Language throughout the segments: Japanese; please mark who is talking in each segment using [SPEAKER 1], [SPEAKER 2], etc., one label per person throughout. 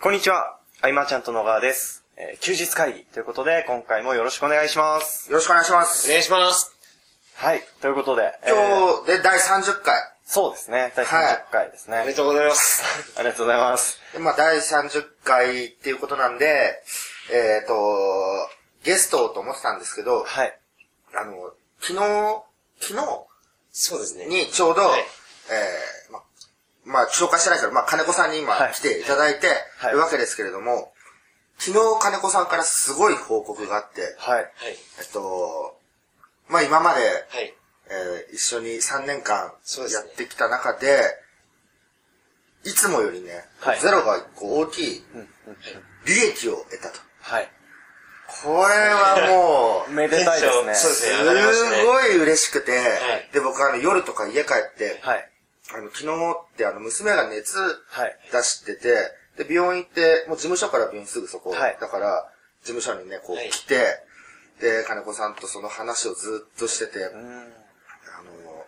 [SPEAKER 1] こんにちは。あいまちゃんと野川です。えー休日会議ということで、今回もよろしくお願いします。
[SPEAKER 2] よろしくお願いしま
[SPEAKER 3] お
[SPEAKER 2] す。
[SPEAKER 3] 願いします。
[SPEAKER 1] はい。ということで、えー
[SPEAKER 2] 今日で第30回。
[SPEAKER 1] そうですね。第
[SPEAKER 2] はい
[SPEAKER 1] 30回ですね、
[SPEAKER 3] おめでとうございます。
[SPEAKER 1] ありがとうございます。
[SPEAKER 2] でまあ、第30回っていうことなんで、えっ、と、ゲストをと思ってたんですけど、
[SPEAKER 1] はい。
[SPEAKER 2] あの、昨日、昨
[SPEAKER 3] そうですね。
[SPEAKER 2] 日にちょうど、
[SPEAKER 3] はい
[SPEAKER 2] えーま、まあ、紹介してないけど、まあ、金子さんに今
[SPEAKER 1] はい
[SPEAKER 2] 来ていただいて
[SPEAKER 1] はい
[SPEAKER 2] るわけですけれども、昨日金子さんからすごい報告があって、
[SPEAKER 1] はい。
[SPEAKER 3] はい。
[SPEAKER 2] えっと、まあ、今まで、
[SPEAKER 3] はい。
[SPEAKER 2] えー一緒に3年間
[SPEAKER 3] そうです
[SPEAKER 2] や
[SPEAKER 3] ね
[SPEAKER 2] ってきた中で、いつもよりね、
[SPEAKER 1] はい
[SPEAKER 2] ゼロが一個大きい利益を得たと。
[SPEAKER 1] はい。
[SPEAKER 2] これはもう、
[SPEAKER 1] めでたいですね。
[SPEAKER 3] そうです
[SPEAKER 2] す
[SPEAKER 3] ね。上がりましたね。
[SPEAKER 2] ごい嬉しくて、
[SPEAKER 3] い
[SPEAKER 2] で、僕あの夜とか家帰って、
[SPEAKER 1] はい。
[SPEAKER 2] あの昨日ってあの娘が熱
[SPEAKER 1] はい
[SPEAKER 2] 出してて、で、病院行って、もう事務所から病院すぐそこ、
[SPEAKER 1] はい
[SPEAKER 2] だから、事務所にね、こう
[SPEAKER 3] はい
[SPEAKER 2] 来て、で、金子さんとその話をずっとしてて、
[SPEAKER 1] うーん。
[SPEAKER 2] あの、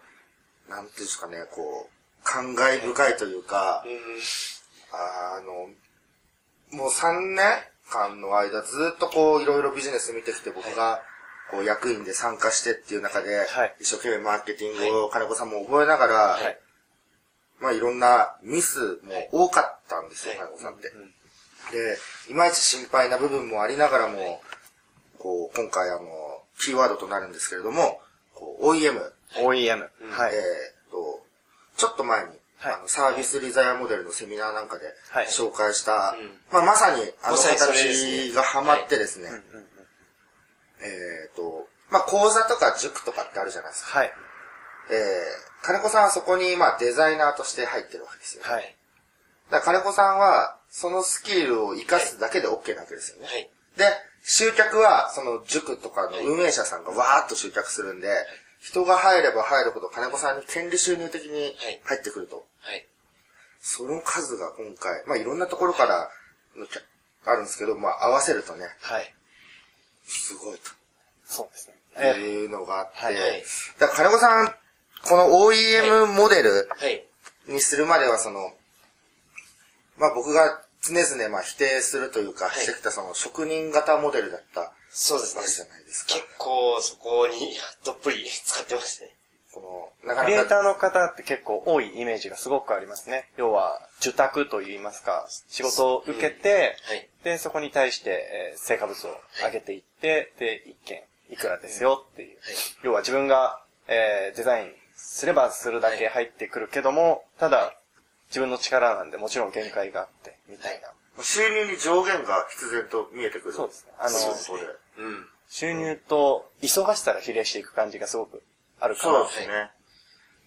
[SPEAKER 2] なんていうんですかね、こう、感慨深いというか、
[SPEAKER 3] うん
[SPEAKER 2] あの、もう3年間の間ずっとこう、いろいろビジネス見てきて僕が、こう、役員で参加してっていう中で、
[SPEAKER 1] はい
[SPEAKER 2] 一生懸命マーケティングを金子さんも覚えながら、
[SPEAKER 3] はい。
[SPEAKER 2] まあいろんなミスも多かったんですよ、
[SPEAKER 3] はい
[SPEAKER 2] 金子さんって。で、いまいち心配な部分もありながらも、こう、今回あの、キーワードとなるんですけれども、こう OEM、
[SPEAKER 1] OEM。はい。
[SPEAKER 2] えーっと、ちょっと前に、
[SPEAKER 1] はい
[SPEAKER 2] あのサービスリザヤモデルのセミナーなんかで
[SPEAKER 1] はい
[SPEAKER 2] 紹介した、
[SPEAKER 3] うん
[SPEAKER 2] まあ、まさにあの
[SPEAKER 3] まさにそれですね
[SPEAKER 2] 形がハマってですね、えーっと、まあ、講座とか塾とかってあるじゃないですか。
[SPEAKER 1] はい。
[SPEAKER 2] えー、金子さんはそこに、まあ、デザイナーとして入ってるわけですよ。
[SPEAKER 1] はい。
[SPEAKER 2] だから金子さんは、そのスキルを活かすだけで OK なわけですよね。
[SPEAKER 3] はい。
[SPEAKER 2] で、集客は、その塾とかの運営者さんがわーっと集客するんで、人が入れば入るほど金子さんに権利収入的に
[SPEAKER 3] はい
[SPEAKER 2] 入ってくると。
[SPEAKER 3] はい。
[SPEAKER 2] その数が今回、まあいろんなところからのきゃあるんですけど、まあ合わせるとね、
[SPEAKER 3] はい。
[SPEAKER 2] すごいと
[SPEAKER 1] そうですね。
[SPEAKER 2] って
[SPEAKER 1] え
[SPEAKER 2] いうのがあって、
[SPEAKER 1] はい
[SPEAKER 3] はい
[SPEAKER 2] だから金子さん、この OEM モデル
[SPEAKER 3] はい。
[SPEAKER 2] にするまではその、まあ僕が常々まあ否定するというか、
[SPEAKER 3] はい
[SPEAKER 2] してきたその職人型モデルだったわ
[SPEAKER 3] そうで
[SPEAKER 2] けじ
[SPEAKER 3] す
[SPEAKER 2] ゃ
[SPEAKER 3] ね。
[SPEAKER 2] ないですか
[SPEAKER 3] 結。構そこにどっぷり使ってましたね。
[SPEAKER 2] この、な
[SPEAKER 1] ー
[SPEAKER 2] か
[SPEAKER 1] クリエ
[SPEAKER 2] な
[SPEAKER 1] イタ
[SPEAKER 2] か、
[SPEAKER 1] ーの方って結構多いイメージがすごくありますね。要は、受託といいますか、仕事を受けて、
[SPEAKER 3] はい。
[SPEAKER 1] で、そこに対して、えー成果物を上げていって、で、一件いくらですよっていう。
[SPEAKER 3] はい
[SPEAKER 1] 要は自分が、えーデザインすればするだけ入ってくるけども、ただ、自分の力なんでもちろん限界があって、みたいな。
[SPEAKER 2] 収入に上限が必然と見えてくる。
[SPEAKER 1] そうですねあの
[SPEAKER 2] そうです
[SPEAKER 3] そう
[SPEAKER 2] ね
[SPEAKER 3] ですねうん。
[SPEAKER 1] 収入と忙しさが比例していく感じがすごくあるか
[SPEAKER 2] そう
[SPEAKER 1] ら
[SPEAKER 2] で。すね。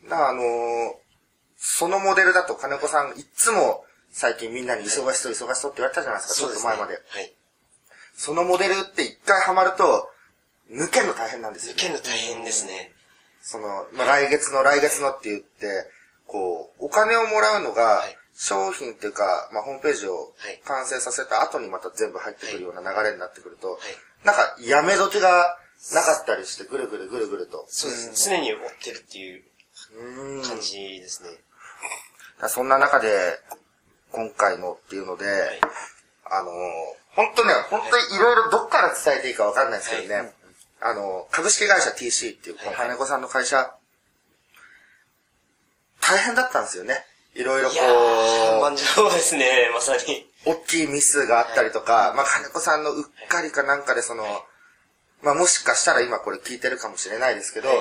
[SPEAKER 2] だからあのーそのモデルだと金子さんいっつも最近みんなに忙しそう忙しそうって言われたじゃないですか、ちょっと前まで。
[SPEAKER 3] はい。
[SPEAKER 2] そのモデルって一回ハマると、抜けるの大変なんですよ、
[SPEAKER 3] 受けるの大変ですね。
[SPEAKER 2] その、まあ、来月の来月のって言って、こう、お金をもらうのが
[SPEAKER 3] はい、
[SPEAKER 2] 商品っていうか、まあ、ホームページを
[SPEAKER 3] はい
[SPEAKER 2] 完成させた後にまた全部入ってくるような流れになってくると、
[SPEAKER 3] い
[SPEAKER 2] なんか、やめ時がなかったりして、ぐるぐるぐるぐると。
[SPEAKER 3] そうですね。常に追ってるっていう
[SPEAKER 2] うん
[SPEAKER 3] 感じですね。
[SPEAKER 2] そんな中で、今回のっていうので、
[SPEAKER 3] はい。
[SPEAKER 2] あのー、本当ね、本当にいろいろどっから伝えていいかわかんないですけどね、
[SPEAKER 3] はい
[SPEAKER 2] あのー、株式会社 TC っていう、この金子さんの会社、大変だったんですよね。いろいろ
[SPEAKER 3] い
[SPEAKER 2] こ
[SPEAKER 3] やー、
[SPEAKER 2] う、
[SPEAKER 3] 万丈ですね、まさに。
[SPEAKER 2] 大きいミスがあったりとか、まあ金子さんのうっかりかなんかでその、まあもしかしたら今これ聞いてるかもしれないですけど、
[SPEAKER 3] はい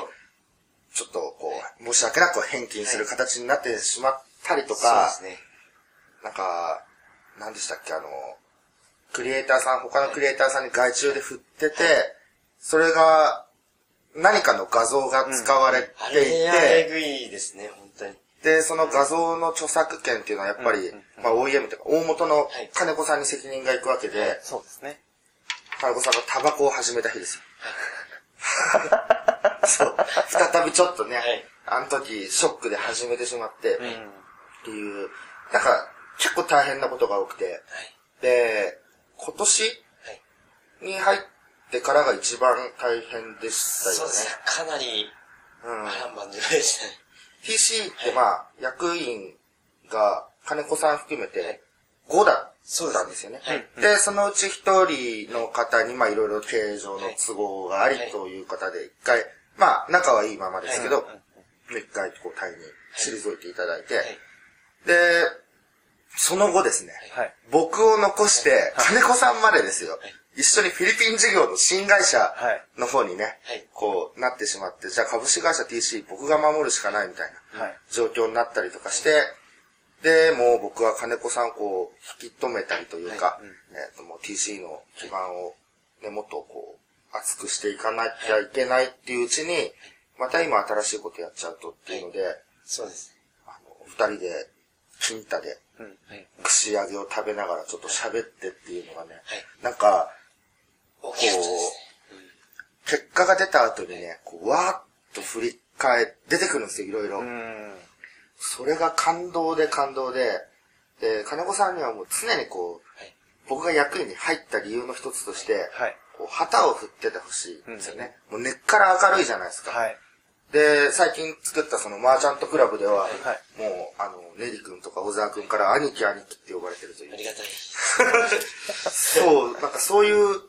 [SPEAKER 2] ちょっとこう、申し訳なく返金する形になってしまったりとか、
[SPEAKER 3] そうですね。
[SPEAKER 2] なんか、何でしたっけ、あの、クリエイターさん、他のクリエイターさんに外注で振ってて、それが、何かの画像が使われて
[SPEAKER 3] あ
[SPEAKER 2] い
[SPEAKER 3] れ、あれ
[SPEAKER 2] て、
[SPEAKER 3] ぐいですね、本当に。
[SPEAKER 2] で、その画像の著作権っていうのはやっぱり、まあ OEM というか、大元の
[SPEAKER 3] い
[SPEAKER 2] 金子さんに責任がいくわけで、
[SPEAKER 1] そうですね。
[SPEAKER 2] 金子さんがタバコを始めた日です よ。そう。再びちょっとね、
[SPEAKER 3] はい
[SPEAKER 2] あの時、ショックで始めてしまって、
[SPEAKER 1] うん。
[SPEAKER 2] っていう、なんか、結構大変なことが多くて、
[SPEAKER 3] はい。
[SPEAKER 2] で、今年
[SPEAKER 3] はい
[SPEAKER 2] に入ってからが一番大変でした
[SPEAKER 3] そう
[SPEAKER 2] よ
[SPEAKER 3] ですね。かなり
[SPEAKER 2] ね。
[SPEAKER 3] 波乱万丈でしたね。
[SPEAKER 2] うん、PC ってまあ、役員が金子さん含め
[SPEAKER 3] はい
[SPEAKER 2] て5だっ
[SPEAKER 3] そう
[SPEAKER 2] たんですよね。
[SPEAKER 3] はい。
[SPEAKER 2] で、そのうち一人の方に、まあいろいろ形状の都合があり
[SPEAKER 3] はい
[SPEAKER 2] という方で、一回、まあ仲はいいままですけ
[SPEAKER 3] は
[SPEAKER 2] ど
[SPEAKER 3] い、
[SPEAKER 2] 一回こうタイに退いていただいて、
[SPEAKER 3] はい。
[SPEAKER 2] で、その後ですね、
[SPEAKER 1] はい。
[SPEAKER 2] 僕を残して、金子さんまでですよ、一緒にフィリピン事業の新会社の方にね、
[SPEAKER 3] はい
[SPEAKER 2] こうなってしまって、じゃあ株式会社 TC 僕が守るしかないみたいな
[SPEAKER 1] はい
[SPEAKER 2] 状況になったりとかして、で、もう僕は金子さんをこう引き止めたりというか、えっともう TC の基盤を、ね、もっとこう厚くしていかなきゃいけないっていううちに、また今新しいことやっちゃうとっていうので、
[SPEAKER 3] そうですね。
[SPEAKER 2] あの、二人で、金太で、
[SPEAKER 3] はい。
[SPEAKER 2] 串揚げを食べながらちょっと喋ってっていうのがね、
[SPEAKER 3] はい
[SPEAKER 2] なんか、
[SPEAKER 3] 大きいことですね。
[SPEAKER 2] 結果が出た後にね、こう、わーっと振り返って、出てくるんですよ、いろいろ。
[SPEAKER 1] うん。
[SPEAKER 2] それが感動で感動で、で、金子さんにはもう常にこう、
[SPEAKER 3] はい。
[SPEAKER 2] 僕が役に入った理由の一つとして、
[SPEAKER 1] はい
[SPEAKER 2] こう旗を振っててほしいんですよね。もう根っから明るいじゃないですか。
[SPEAKER 1] はい。
[SPEAKER 2] で、最近作ったそのマーチャントクラブでは、
[SPEAKER 1] い
[SPEAKER 2] もう、あの、ネリ君とか小沢君から兄貴兄貴って呼ばれてるという
[SPEAKER 3] あ。りがたい。
[SPEAKER 2] そう、なんかそういう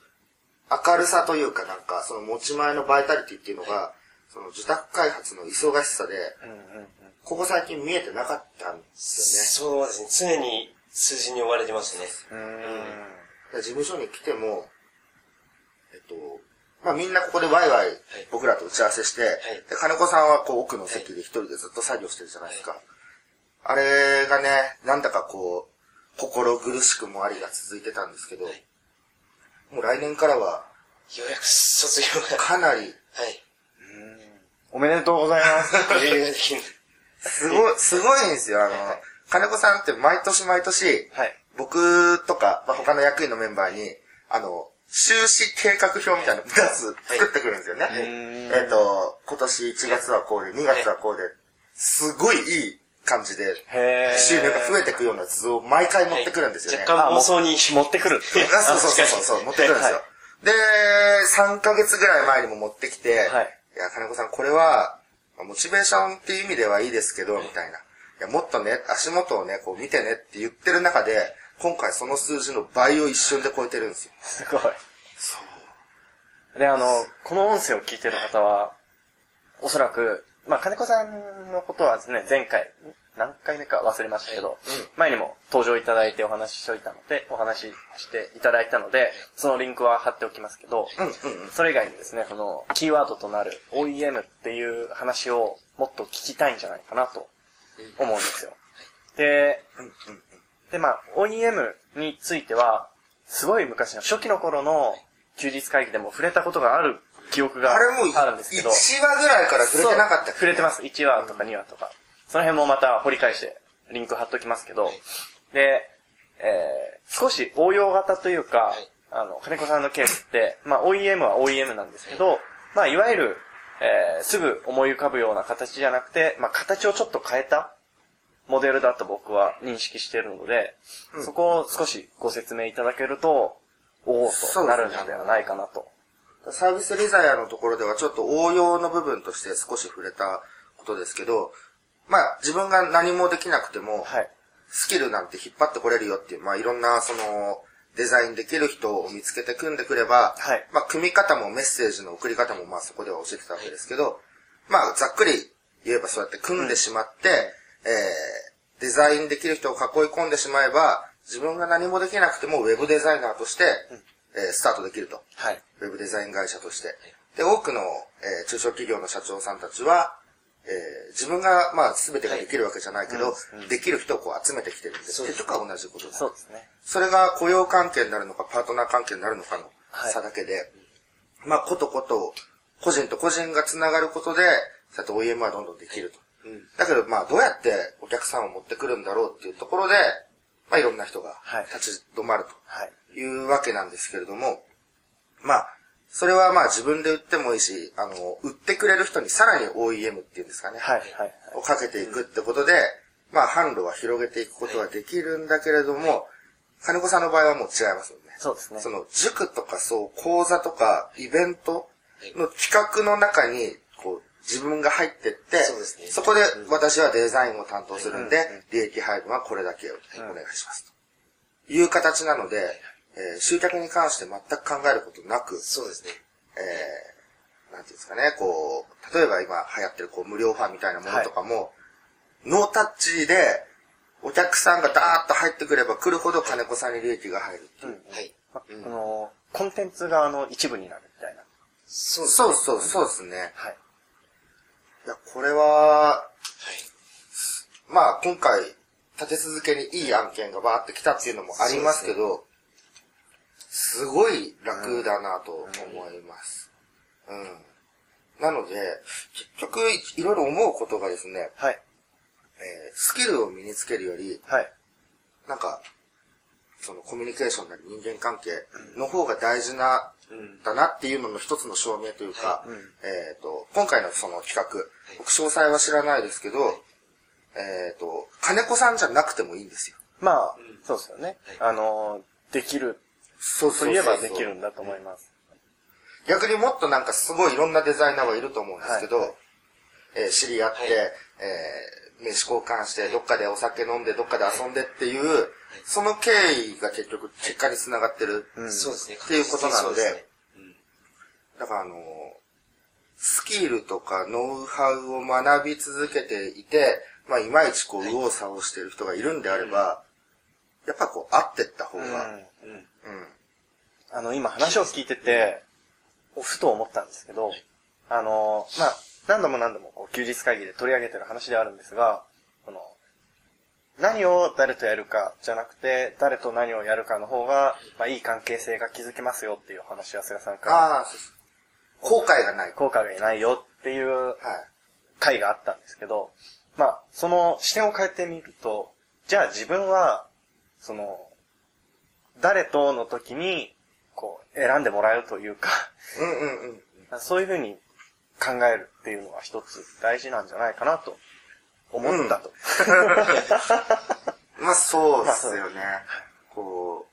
[SPEAKER 2] 明るさというか、なんかその持ち前のバイタリティっていうのが、その受託開発の忙しさで、
[SPEAKER 1] うんうん
[SPEAKER 2] ここ最近見えてなかったんです
[SPEAKER 3] そうですね。常に数字に追われてますね。
[SPEAKER 1] うん。うん。
[SPEAKER 2] よね。で事務所に来ても、えっと、まあみんなここでワイワイ僕らと打ち合わせして、で金子さんはこう奥の席で一人でずっと作業してるじゃないですか。あれがね、なんだかこう、心苦しくもありが続いてたんですけど、
[SPEAKER 3] はい
[SPEAKER 2] もう来年からは
[SPEAKER 3] ようやく卒業が。
[SPEAKER 2] かなり
[SPEAKER 3] はい。
[SPEAKER 1] おめでとうございます。
[SPEAKER 3] 余裕ができる。
[SPEAKER 2] すごい、すごいんですよ。あの、金子さんって毎年毎年、
[SPEAKER 1] はい。
[SPEAKER 2] 僕とか、まあ、他の役員のメンバーに、あの、収支計画表みたいなのを2つ作ってくるんですよね。えっ、と、今年1月はこうで、2月はこうで、すごいいい感じで、
[SPEAKER 1] へー
[SPEAKER 2] 収入が増えてくような図を毎回持ってくるんですよね。
[SPEAKER 3] はい若干妄想に。
[SPEAKER 1] 持ってくる。
[SPEAKER 2] あ そうそうそうそうそう、持ってくるんですよ。で、3ヶ月ぐらい前にも持ってきて、
[SPEAKER 1] はい
[SPEAKER 2] や、金子さん、これは、まあモチベーションっていう意味ではいいですけど、みたいな。いや、もっとね、足元をね、こう見てねって言ってる中で、今回その数字の倍を一瞬で超えてるんですよ。
[SPEAKER 1] すごい。そう。で、あの、この音声を聞いてる方は、おそらく、まあ、金子さんのことはですね、前回、ん何回目か忘れましたけど、前にも登場いただいてお話ししておいたので、お話ししていただいたので、そのリンクは貼っておきますけど、それ以外にですね、その、キーワードとなる OEM っていう話をもっと聞きたいんじゃないかなと思うんですよ。で、で、まあ、OEM については、すごい昔の初期の頃の休日会議でも触れたことがある記憶が
[SPEAKER 2] あ
[SPEAKER 1] あ
[SPEAKER 2] れもう1
[SPEAKER 1] るんですけど。
[SPEAKER 2] 話ぐらいから触れてなかった
[SPEAKER 1] そう触れてます。1話とか2話とか。その辺もまた掘り返して、リンク貼っときますけど。で、えー、少し応用型というか
[SPEAKER 3] い、
[SPEAKER 1] あの、金子さんのケースって、まあ OEM は OEM なんですけど、まあいわゆる、えー、すぐ思い浮かぶような形じゃなくて、まあ形をちょっと変えたモデルだと僕は認識しているので、そこを少しご説明いただけると、おおとなるのではないかなと。
[SPEAKER 2] サービスリザヤのところではちょっと応用の部分として少し触れたことですけど、まあ自分が何もできなくても、
[SPEAKER 1] はい。
[SPEAKER 2] スキルなんて引っ張ってこれるよっていう、まあいろんなそのデザインできる人を見つけて組んでくれば、
[SPEAKER 1] はい
[SPEAKER 2] まあ組み方もメッセージの送り方もまあそこでは教えてたわけですけど、まあざっくり言えばそうやって組んでしまって、えー、デザインできる人を囲い込んでしまえば、自分が何もできなくてもウェブデザイナーとして、えースタートできると。
[SPEAKER 1] はい。
[SPEAKER 2] ウェブデザイン会社として。で、多くの、えー中小企業の社長さんたちは、えー自分が、まあ、すべてができるわけじゃないけど、できる人をこう集めてきてるんで、それとか同じことだ
[SPEAKER 1] そうですね。
[SPEAKER 2] それが雇用関係になるのか、パートナー関係になるのかの
[SPEAKER 1] はい
[SPEAKER 2] 差だけで、まあ、ことこと、個人と個人が繋がることで、そうやって OEM はどんどんできると。だけど、まあ、どうやってお客さんを持ってくるんだろうっていうところで、まあ、いろんな人が
[SPEAKER 1] はい
[SPEAKER 2] 立ち止まると。
[SPEAKER 1] はい。
[SPEAKER 2] いうわけなんですけれども、まあ、それはまあ自分で売ってもいいし、あの、売ってくれる人にさらに OEM っていうんですかね。
[SPEAKER 1] はい。はい。
[SPEAKER 2] をかけていくってことで、まあ販路は広げていくことはできるんだけれども、金子さんの場合はもう違いますよね。
[SPEAKER 1] そうですね。
[SPEAKER 2] その塾とかそう、講座とかイベントの企画の中に、こう、自分が入ってって、
[SPEAKER 3] そうですね
[SPEAKER 2] そこで私はデザインを担当するんで、利益配分はこれだけお願いしますいう形なので、えー集客に関して全く考えることなく、
[SPEAKER 3] そうですね。
[SPEAKER 2] えー、なんていうんですかね、こう、例えば今流行ってるこう無料ファンみたいなものとかも、ノータッチで、お客さんがダーッと入ってくれば来るほど金子さんに利益が入るっていう。
[SPEAKER 3] はい。
[SPEAKER 1] まあの、コンテンツ側の一部になるみたいな。
[SPEAKER 3] そうです
[SPEAKER 2] そう
[SPEAKER 3] ね。
[SPEAKER 2] そう、そうですね。
[SPEAKER 1] はい。
[SPEAKER 2] いや、これは、
[SPEAKER 3] はい。
[SPEAKER 2] まあ今回、立て続けにいい案件がバーって来たっていうのもありますけど、すごい楽だなと思います。うん。なので、結局いろいろ思うことがですね、
[SPEAKER 1] はい。
[SPEAKER 2] えースキルを身につけるより、
[SPEAKER 1] はい。
[SPEAKER 2] なんか、そのコミュニケーションなり人間関係の方が大事な、
[SPEAKER 1] ん
[SPEAKER 2] だなっていうのの一つの証明というか、
[SPEAKER 1] うん
[SPEAKER 2] えっ、と、今回のその企画、僕詳細は知らないですけど、えっ、と、金子さんじゃなくてもいいんですよ。
[SPEAKER 1] まあ、そうですよね。あの、できる、
[SPEAKER 2] そう
[SPEAKER 1] といえばできるんだと思います。
[SPEAKER 2] 逆にもっとなんかすごいいろんなデザイナーはいると思うんですけど、えー知り合って、
[SPEAKER 3] はい
[SPEAKER 2] えー名刺交換して、どっかでお酒飲んで、どっかで遊んでっていう、その経緯が結局結果につながってる。
[SPEAKER 1] うん
[SPEAKER 3] そうですね。
[SPEAKER 2] っていうことなので
[SPEAKER 3] そうすねうん
[SPEAKER 2] だからあのー、スキルとかノウハウを学び続けていて、まあいまいちこう、右往左往してる人がいるんであれば、やっぱこう、会ってった方
[SPEAKER 1] う
[SPEAKER 2] が、
[SPEAKER 1] ん
[SPEAKER 3] うん。
[SPEAKER 2] うん。
[SPEAKER 1] あの、今話を聞いてて、ふと思ったんですけど、あの、まあ、何度も何度もこう休日会議で取り上げてる話ではあるんですが、この、何を誰とやるかじゃなくて、誰と何をやるかの方が、まあ、いい関係性が築けますよっていうお話は菅さんから、
[SPEAKER 2] ああ、そうそう後悔がない。はい。
[SPEAKER 1] 効果がいないよっていう回があったんですけど、まあ、その視点を変えてみると、じゃあ自分は、その、誰との時に、こう、選んでもらうというか、
[SPEAKER 2] うんうんうん。
[SPEAKER 1] そういうふうに考えるっていうのは一つ大事なんじゃないかなと思ったと。
[SPEAKER 2] まあそうですよね。こ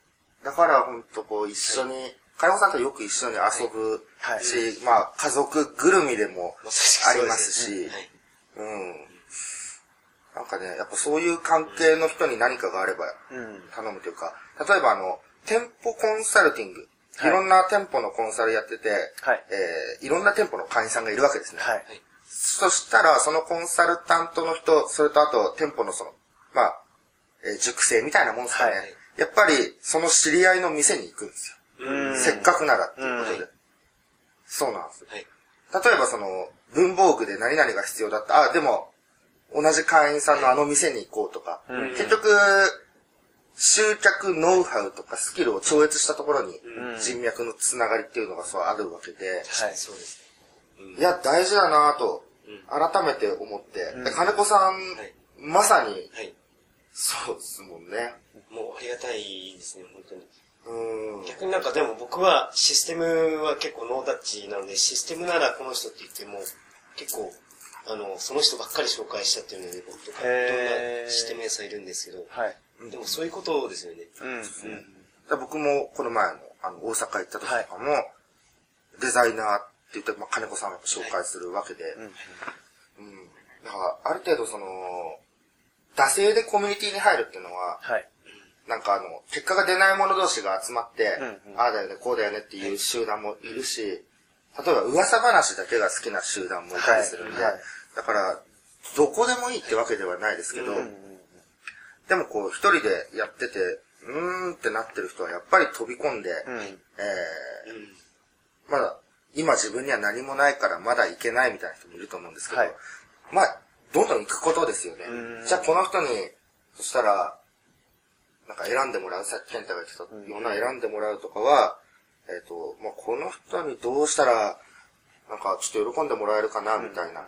[SPEAKER 2] う、だから本当こう一緒に、金子さんとよく一緒に遊ぶ
[SPEAKER 1] はい
[SPEAKER 2] し、まあ家族ぐるみでも
[SPEAKER 3] まさ
[SPEAKER 2] あ
[SPEAKER 3] しくそうですね
[SPEAKER 2] りますし、
[SPEAKER 3] はい
[SPEAKER 2] うん。なんかね、やっぱそういう関係の人に何かがあれば
[SPEAKER 1] うん。
[SPEAKER 2] 頼むというか、例えばあの、店舗コンサルティング。
[SPEAKER 1] はい
[SPEAKER 2] いろんな店舗のコンサルやってて、
[SPEAKER 1] はい
[SPEAKER 2] えーいろんな店舗の会員さんがいるわけですね。
[SPEAKER 1] はい。
[SPEAKER 2] そしたら、そのコンサルタントの人、それとあと店舗のその、まあ、えー塾生みたいなもんですかね。
[SPEAKER 1] はい
[SPEAKER 2] やっぱり、その知り合いの店に行くんです
[SPEAKER 1] う
[SPEAKER 2] よ。
[SPEAKER 1] ん
[SPEAKER 2] せっかくならっていうことで。
[SPEAKER 3] うん
[SPEAKER 2] そうなんですよ。
[SPEAKER 3] はい。
[SPEAKER 2] 例えばその、文房具で何々が必要だった。あ、でも、同じ会員さんのあの店に行こうとか。
[SPEAKER 1] ん
[SPEAKER 2] 結局、集客ノウハウとかスキルを超越したところに
[SPEAKER 1] うん
[SPEAKER 2] 人脈のつながりっていうのがそうあるわけで。
[SPEAKER 1] はい
[SPEAKER 3] そうですね。
[SPEAKER 2] いや、大事だなぁと
[SPEAKER 3] うん、
[SPEAKER 2] 改めて思って。
[SPEAKER 1] うん
[SPEAKER 2] で金子さん、
[SPEAKER 3] い
[SPEAKER 2] まさに、
[SPEAKER 3] はい。
[SPEAKER 2] そうですもんね。
[SPEAKER 3] もうありがたいですね、本当に。
[SPEAKER 2] うん。
[SPEAKER 3] 逆になんかでも僕はシステムは結構ノータッチなので、システムならこの人って言っても、結構、あの、その人ばっかり紹介しちゃってるので、僕とか、い
[SPEAKER 1] へー
[SPEAKER 3] ろんなシステム屋さんいるんですけど、
[SPEAKER 1] はい。
[SPEAKER 3] でもそういうことですよね。
[SPEAKER 1] うん。うん。
[SPEAKER 2] だ僕も、この前の、あの、大阪行った時とかも、デザイナーって言って、まあ、金子さんが紹介するわけで、
[SPEAKER 1] うん。
[SPEAKER 2] うん。だから、ある程度その、惰性でコミュニティに入るっていうのは、
[SPEAKER 1] はい。
[SPEAKER 2] なんかあの、結果が出ない者同士が集まって、
[SPEAKER 1] うんうん
[SPEAKER 2] ああだよね、こうだよねっていう集団もいるし、例えば噂話だけが好きな集団もいたりするんで、
[SPEAKER 1] はいはい
[SPEAKER 2] だから、どこでもいいってわけではないですけど、
[SPEAKER 1] うん。
[SPEAKER 2] でもこう、一人でやってて、うーんってなってる人はやっぱり飛び込んで、
[SPEAKER 1] うん。
[SPEAKER 2] え
[SPEAKER 3] うん
[SPEAKER 2] ー、まだ、今自分には何もないからまだ行けないみたいな人もいると思うんですけど、
[SPEAKER 1] はい
[SPEAKER 2] まあ、どんどん行くことですよね
[SPEAKER 1] う。ん
[SPEAKER 2] じゃあこの人に、そしたら、なんか選んでもらう、さっき健太が言ってたような選んでもらうとかは、えっ、と、まあこの人にどうしたら、なんかちょっと喜んでもらえるかな、みたいな。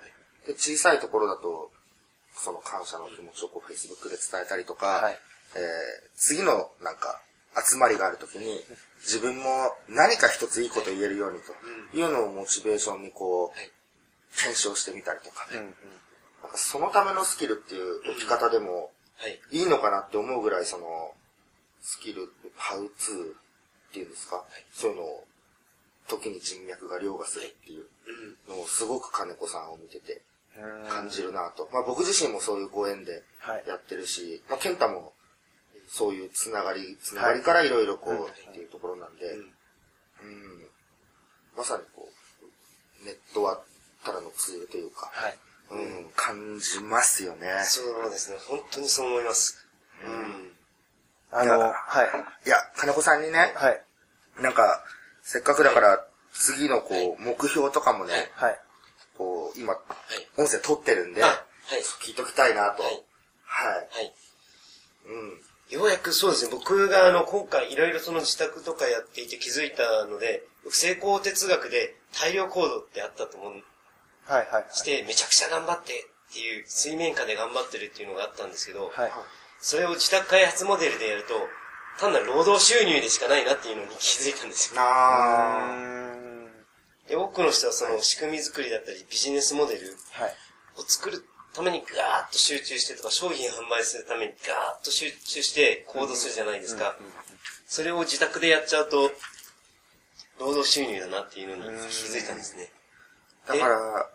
[SPEAKER 2] で、小さいところだと、その感謝の気持ちをこう Facebook で伝えたりとか、
[SPEAKER 1] はい
[SPEAKER 2] えー次のなんか集まりがあるときに、自分も何か一ついいこと言えるようにというのをモチベーションにこ、
[SPEAKER 3] はいう
[SPEAKER 2] 検証してみたりとか、
[SPEAKER 1] うん。うん。
[SPEAKER 2] なんかそのためのスキルっていう置き方でも
[SPEAKER 3] はい。
[SPEAKER 2] いいのかなって思うぐらいその、スキル、ハウツーっていうんですか、そういうのを、時に人脈が凌駕するっていうのをすごく金子さんを見てて
[SPEAKER 1] うん
[SPEAKER 2] 感じるなと。まあ僕自身もそういうご縁で
[SPEAKER 1] はい
[SPEAKER 2] やってるし、まあ健太もそういうつながり、つながりからいろいろこう、
[SPEAKER 1] はい
[SPEAKER 2] っていうところなんで、
[SPEAKER 3] うん
[SPEAKER 2] うんまさにこう、ネットはただのツールというか、
[SPEAKER 1] はい。
[SPEAKER 2] うん、感じますよね。
[SPEAKER 3] そうですね。本当にそう思います。うん。
[SPEAKER 1] あ
[SPEAKER 2] いや
[SPEAKER 1] の、はい。
[SPEAKER 2] いや、金子さんにね、
[SPEAKER 1] はい。
[SPEAKER 2] なんか、せっかくだから、次のこう、目標とかもね、
[SPEAKER 1] はい。
[SPEAKER 2] こう、今、
[SPEAKER 3] い
[SPEAKER 2] 音声撮ってるんで、
[SPEAKER 3] あ、はい。
[SPEAKER 2] 聞いときたいなと。は
[SPEAKER 3] はいい。はい。
[SPEAKER 2] うん。
[SPEAKER 3] ようやくそうですね、僕があの、今回いろいろその自宅とかやっていて気づいたので、僕成功哲学で大量行動ってあったと思う
[SPEAKER 1] はい。はい。
[SPEAKER 3] して、めちゃくちゃ頑張ってっていう、水面下で頑張ってるっていうのがあったんですけど、
[SPEAKER 1] はい。
[SPEAKER 3] それを自宅開発モデルでやると、単なる労働収入でしかないなっていうのに気づいたんですよ。
[SPEAKER 1] う
[SPEAKER 2] なあ
[SPEAKER 1] ーん
[SPEAKER 3] で、多くの人はその仕組み作りだったりビジネスモデル
[SPEAKER 1] はい。
[SPEAKER 3] を作るためにガーッと集中してとか、商品販売するためにガーッと集中して行動するじゃないですか。それを自宅でやっちゃうと、労働収入だなっていうのに気づいたんですね。
[SPEAKER 2] だから、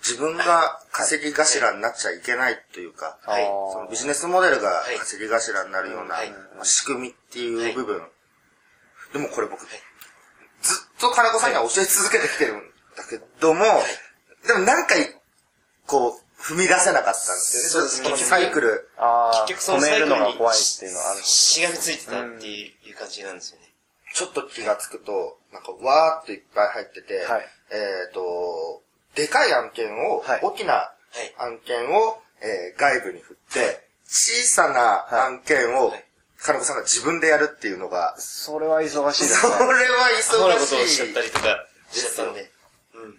[SPEAKER 2] 自分が稼ぎ頭になっちゃいけないというか、
[SPEAKER 3] はい
[SPEAKER 1] あー
[SPEAKER 2] そのビジネスモデルが
[SPEAKER 3] はい
[SPEAKER 2] 稼ぎ頭になるような
[SPEAKER 3] はい
[SPEAKER 2] まあ仕組みっていう部分。でもこれ僕、ず
[SPEAKER 3] い
[SPEAKER 2] っと金子さんには教え続けてきてるんだけども、でも何回、こう、踏み出せなかったんですよね。
[SPEAKER 3] そうです
[SPEAKER 2] このサイクル。
[SPEAKER 1] ああ、
[SPEAKER 3] 結局その
[SPEAKER 1] 止め
[SPEAKER 3] サイク
[SPEAKER 1] る
[SPEAKER 3] ルに
[SPEAKER 1] のが怖いっていうのはある。
[SPEAKER 3] しがみついてたっていう感じなんですよね。
[SPEAKER 2] ちょっと気がつくと、なんかわーっといっぱい入ってて、
[SPEAKER 1] はい
[SPEAKER 2] えっ、と、でかい案件を、
[SPEAKER 1] はい
[SPEAKER 2] 大きな
[SPEAKER 3] はい
[SPEAKER 2] 案件を、えー外部に振って、小さな案件を、
[SPEAKER 3] はい
[SPEAKER 2] 金子さんが自分でやるっていうのが、
[SPEAKER 1] それは忙しいで
[SPEAKER 2] そ
[SPEAKER 1] す
[SPEAKER 2] れ
[SPEAKER 1] ね。
[SPEAKER 3] アホ
[SPEAKER 2] は
[SPEAKER 3] なこ
[SPEAKER 2] 忙
[SPEAKER 3] とをしち
[SPEAKER 2] し
[SPEAKER 3] ゃ
[SPEAKER 2] い
[SPEAKER 3] ったりとかしちゃったんで。うん。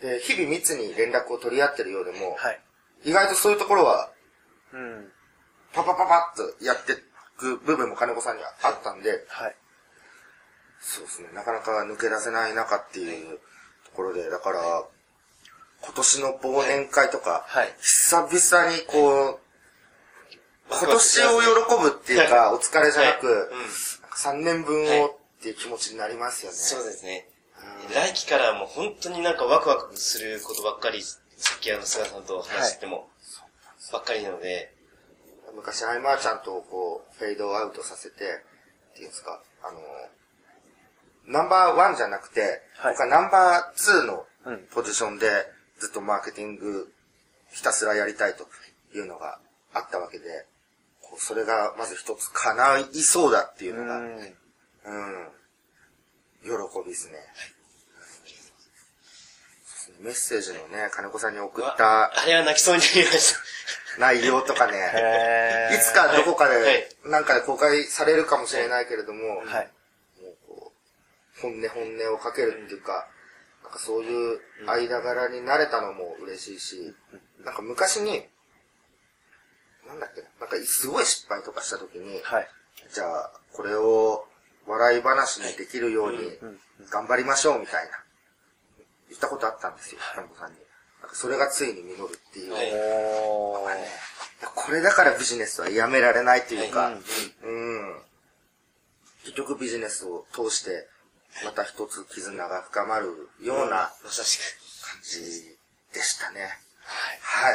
[SPEAKER 2] で日々密に連絡を取り合ってるようでも、
[SPEAKER 1] はい。
[SPEAKER 2] 意外とそういうところは、
[SPEAKER 1] うん。
[SPEAKER 2] パパパパッとやっていく部分も金子さんにはあったんで、
[SPEAKER 1] はい。
[SPEAKER 2] そうですね。なかなか抜け出せない中っていうところで、だから、今年の忘年会とか、
[SPEAKER 1] はい。
[SPEAKER 2] 久々にこう、
[SPEAKER 3] ワ
[SPEAKER 2] 今
[SPEAKER 3] クワクし
[SPEAKER 2] 年
[SPEAKER 3] ますね
[SPEAKER 2] を喜ぶっていうか、お疲れじゃな
[SPEAKER 3] は
[SPEAKER 2] く
[SPEAKER 3] い、うん
[SPEAKER 2] 3年分をっていう気持ちになりますよね。
[SPEAKER 3] そうですね。来期からはもう本当になんかワクワクすることばっかり、さっきあの菅さんと話しても、ばっかりなので、
[SPEAKER 2] 昔、アイマーちゃんとこう、フェードアウトさせて、っていうんですか、あの、ナンバーワンじゃなくて、
[SPEAKER 1] はい
[SPEAKER 2] 僕はナンバーツーの
[SPEAKER 1] うん
[SPEAKER 2] ポジションで、ずっとマーケティングひたすらやりたいというのがあったわけで、こうそれがまず一つ叶いそうだっていう
[SPEAKER 1] う
[SPEAKER 2] のが、うん、
[SPEAKER 1] ん。
[SPEAKER 2] 喜びですね。そうですねメッセージのね、金子さんに送っ
[SPEAKER 3] あ
[SPEAKER 2] た
[SPEAKER 3] あれは泣きそうになりまし
[SPEAKER 2] 内容とかね、
[SPEAKER 1] へー
[SPEAKER 2] いつかどこか
[SPEAKER 3] はいはい
[SPEAKER 2] で、なんかで公開されるかもしれないけれども、
[SPEAKER 1] はい。
[SPEAKER 2] もうこう本音本音をかけるっていうか、なんかそういう間柄になれたのも嬉しいし、なんか昔に、なんだっけな、なんかすごい失敗とかした時に、
[SPEAKER 1] はい。
[SPEAKER 2] じゃあこれを笑い話にできるように頑張りましょうみたいな、言ったことあったんですよ、田んぼさんに。なんかそれがついに実るっていう。
[SPEAKER 3] た。はい。
[SPEAKER 1] おー。
[SPEAKER 2] これだからビジネスはやめられないというか、
[SPEAKER 3] はい
[SPEAKER 2] うん。結局ビジネスを通して、また一つ絆が深まるような
[SPEAKER 3] まさしく。
[SPEAKER 2] 感じでしたね。はい。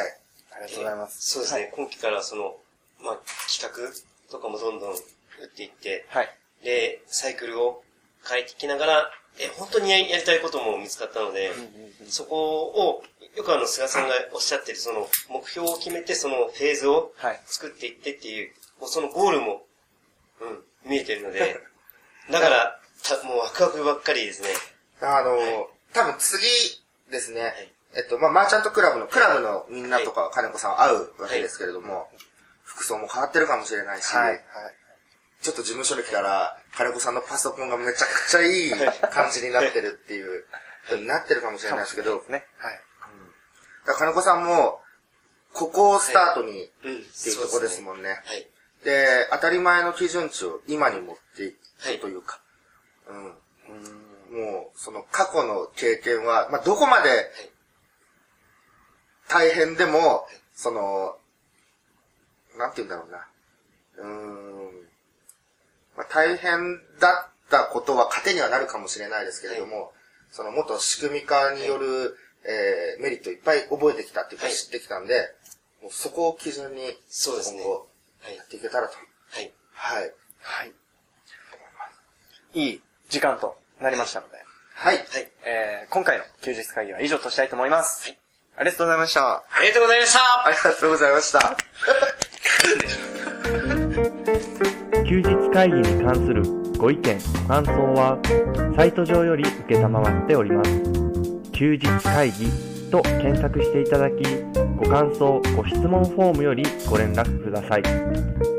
[SPEAKER 1] ありがとうございます。
[SPEAKER 3] そうですね、今期からその、まあ、企画とかもどんどん打っていって、
[SPEAKER 1] はい。
[SPEAKER 3] で、サイクルを変えていきながら、え、本当にややりたいことも見つかったので、そこを、よくあの、菅さんがおっしゃってる、その、目標を決めて、そのフェーズを
[SPEAKER 1] はい
[SPEAKER 3] 作っていってっていう、もうそのゴールも、うん、見えてるので、 だから、たもうワクワクばっかりですね。
[SPEAKER 2] あの、多分次ですね、
[SPEAKER 3] い
[SPEAKER 2] えっと、まあ、マーチャントクラブの、クラブのみんなとか金子さん会うわけですけれども、服装も変わってるかもしれないし、
[SPEAKER 1] はい。はい。
[SPEAKER 2] ちょっと事務所に来たら、金子さんのパソコンがめちゃくちゃいい感じになってるっていう、なってるかもしれないですけど、
[SPEAKER 1] ね。はい。
[SPEAKER 2] だから金子さんも、ここをスタートに、
[SPEAKER 3] うん、
[SPEAKER 2] っていうところですもんね。
[SPEAKER 3] はい。
[SPEAKER 2] で、当たり前の基準値を今に持っていくというか、うん。もう、その過去の経験は、まあ、どこまで大変でも、その、なんて言うんだろうな。うーん。まあ、大変だったことは糧にはなるかもしれないですけれども、その元仕組み化による、えーメリットをいっぱい覚えてきたっていうか
[SPEAKER 3] はい
[SPEAKER 2] 知ってきたんで、もうそこを基準に、
[SPEAKER 3] そうですね
[SPEAKER 2] 今後
[SPEAKER 3] はい
[SPEAKER 2] やっ。ていけたらと。
[SPEAKER 3] は
[SPEAKER 2] はい。
[SPEAKER 1] はい。いい時間となりましたので、
[SPEAKER 2] はい。
[SPEAKER 3] はい。
[SPEAKER 1] えー、今回の休日会議は以上としたいと思います。ありがとうございました。
[SPEAKER 3] ありがとうございました
[SPEAKER 2] ありがとうございました。
[SPEAKER 4] 休日会議に関するご意見、ご感想は、サイト上より受けたまわっております。休日会議と検索していただき、ご感想、ご質問フォームよりご連絡ください。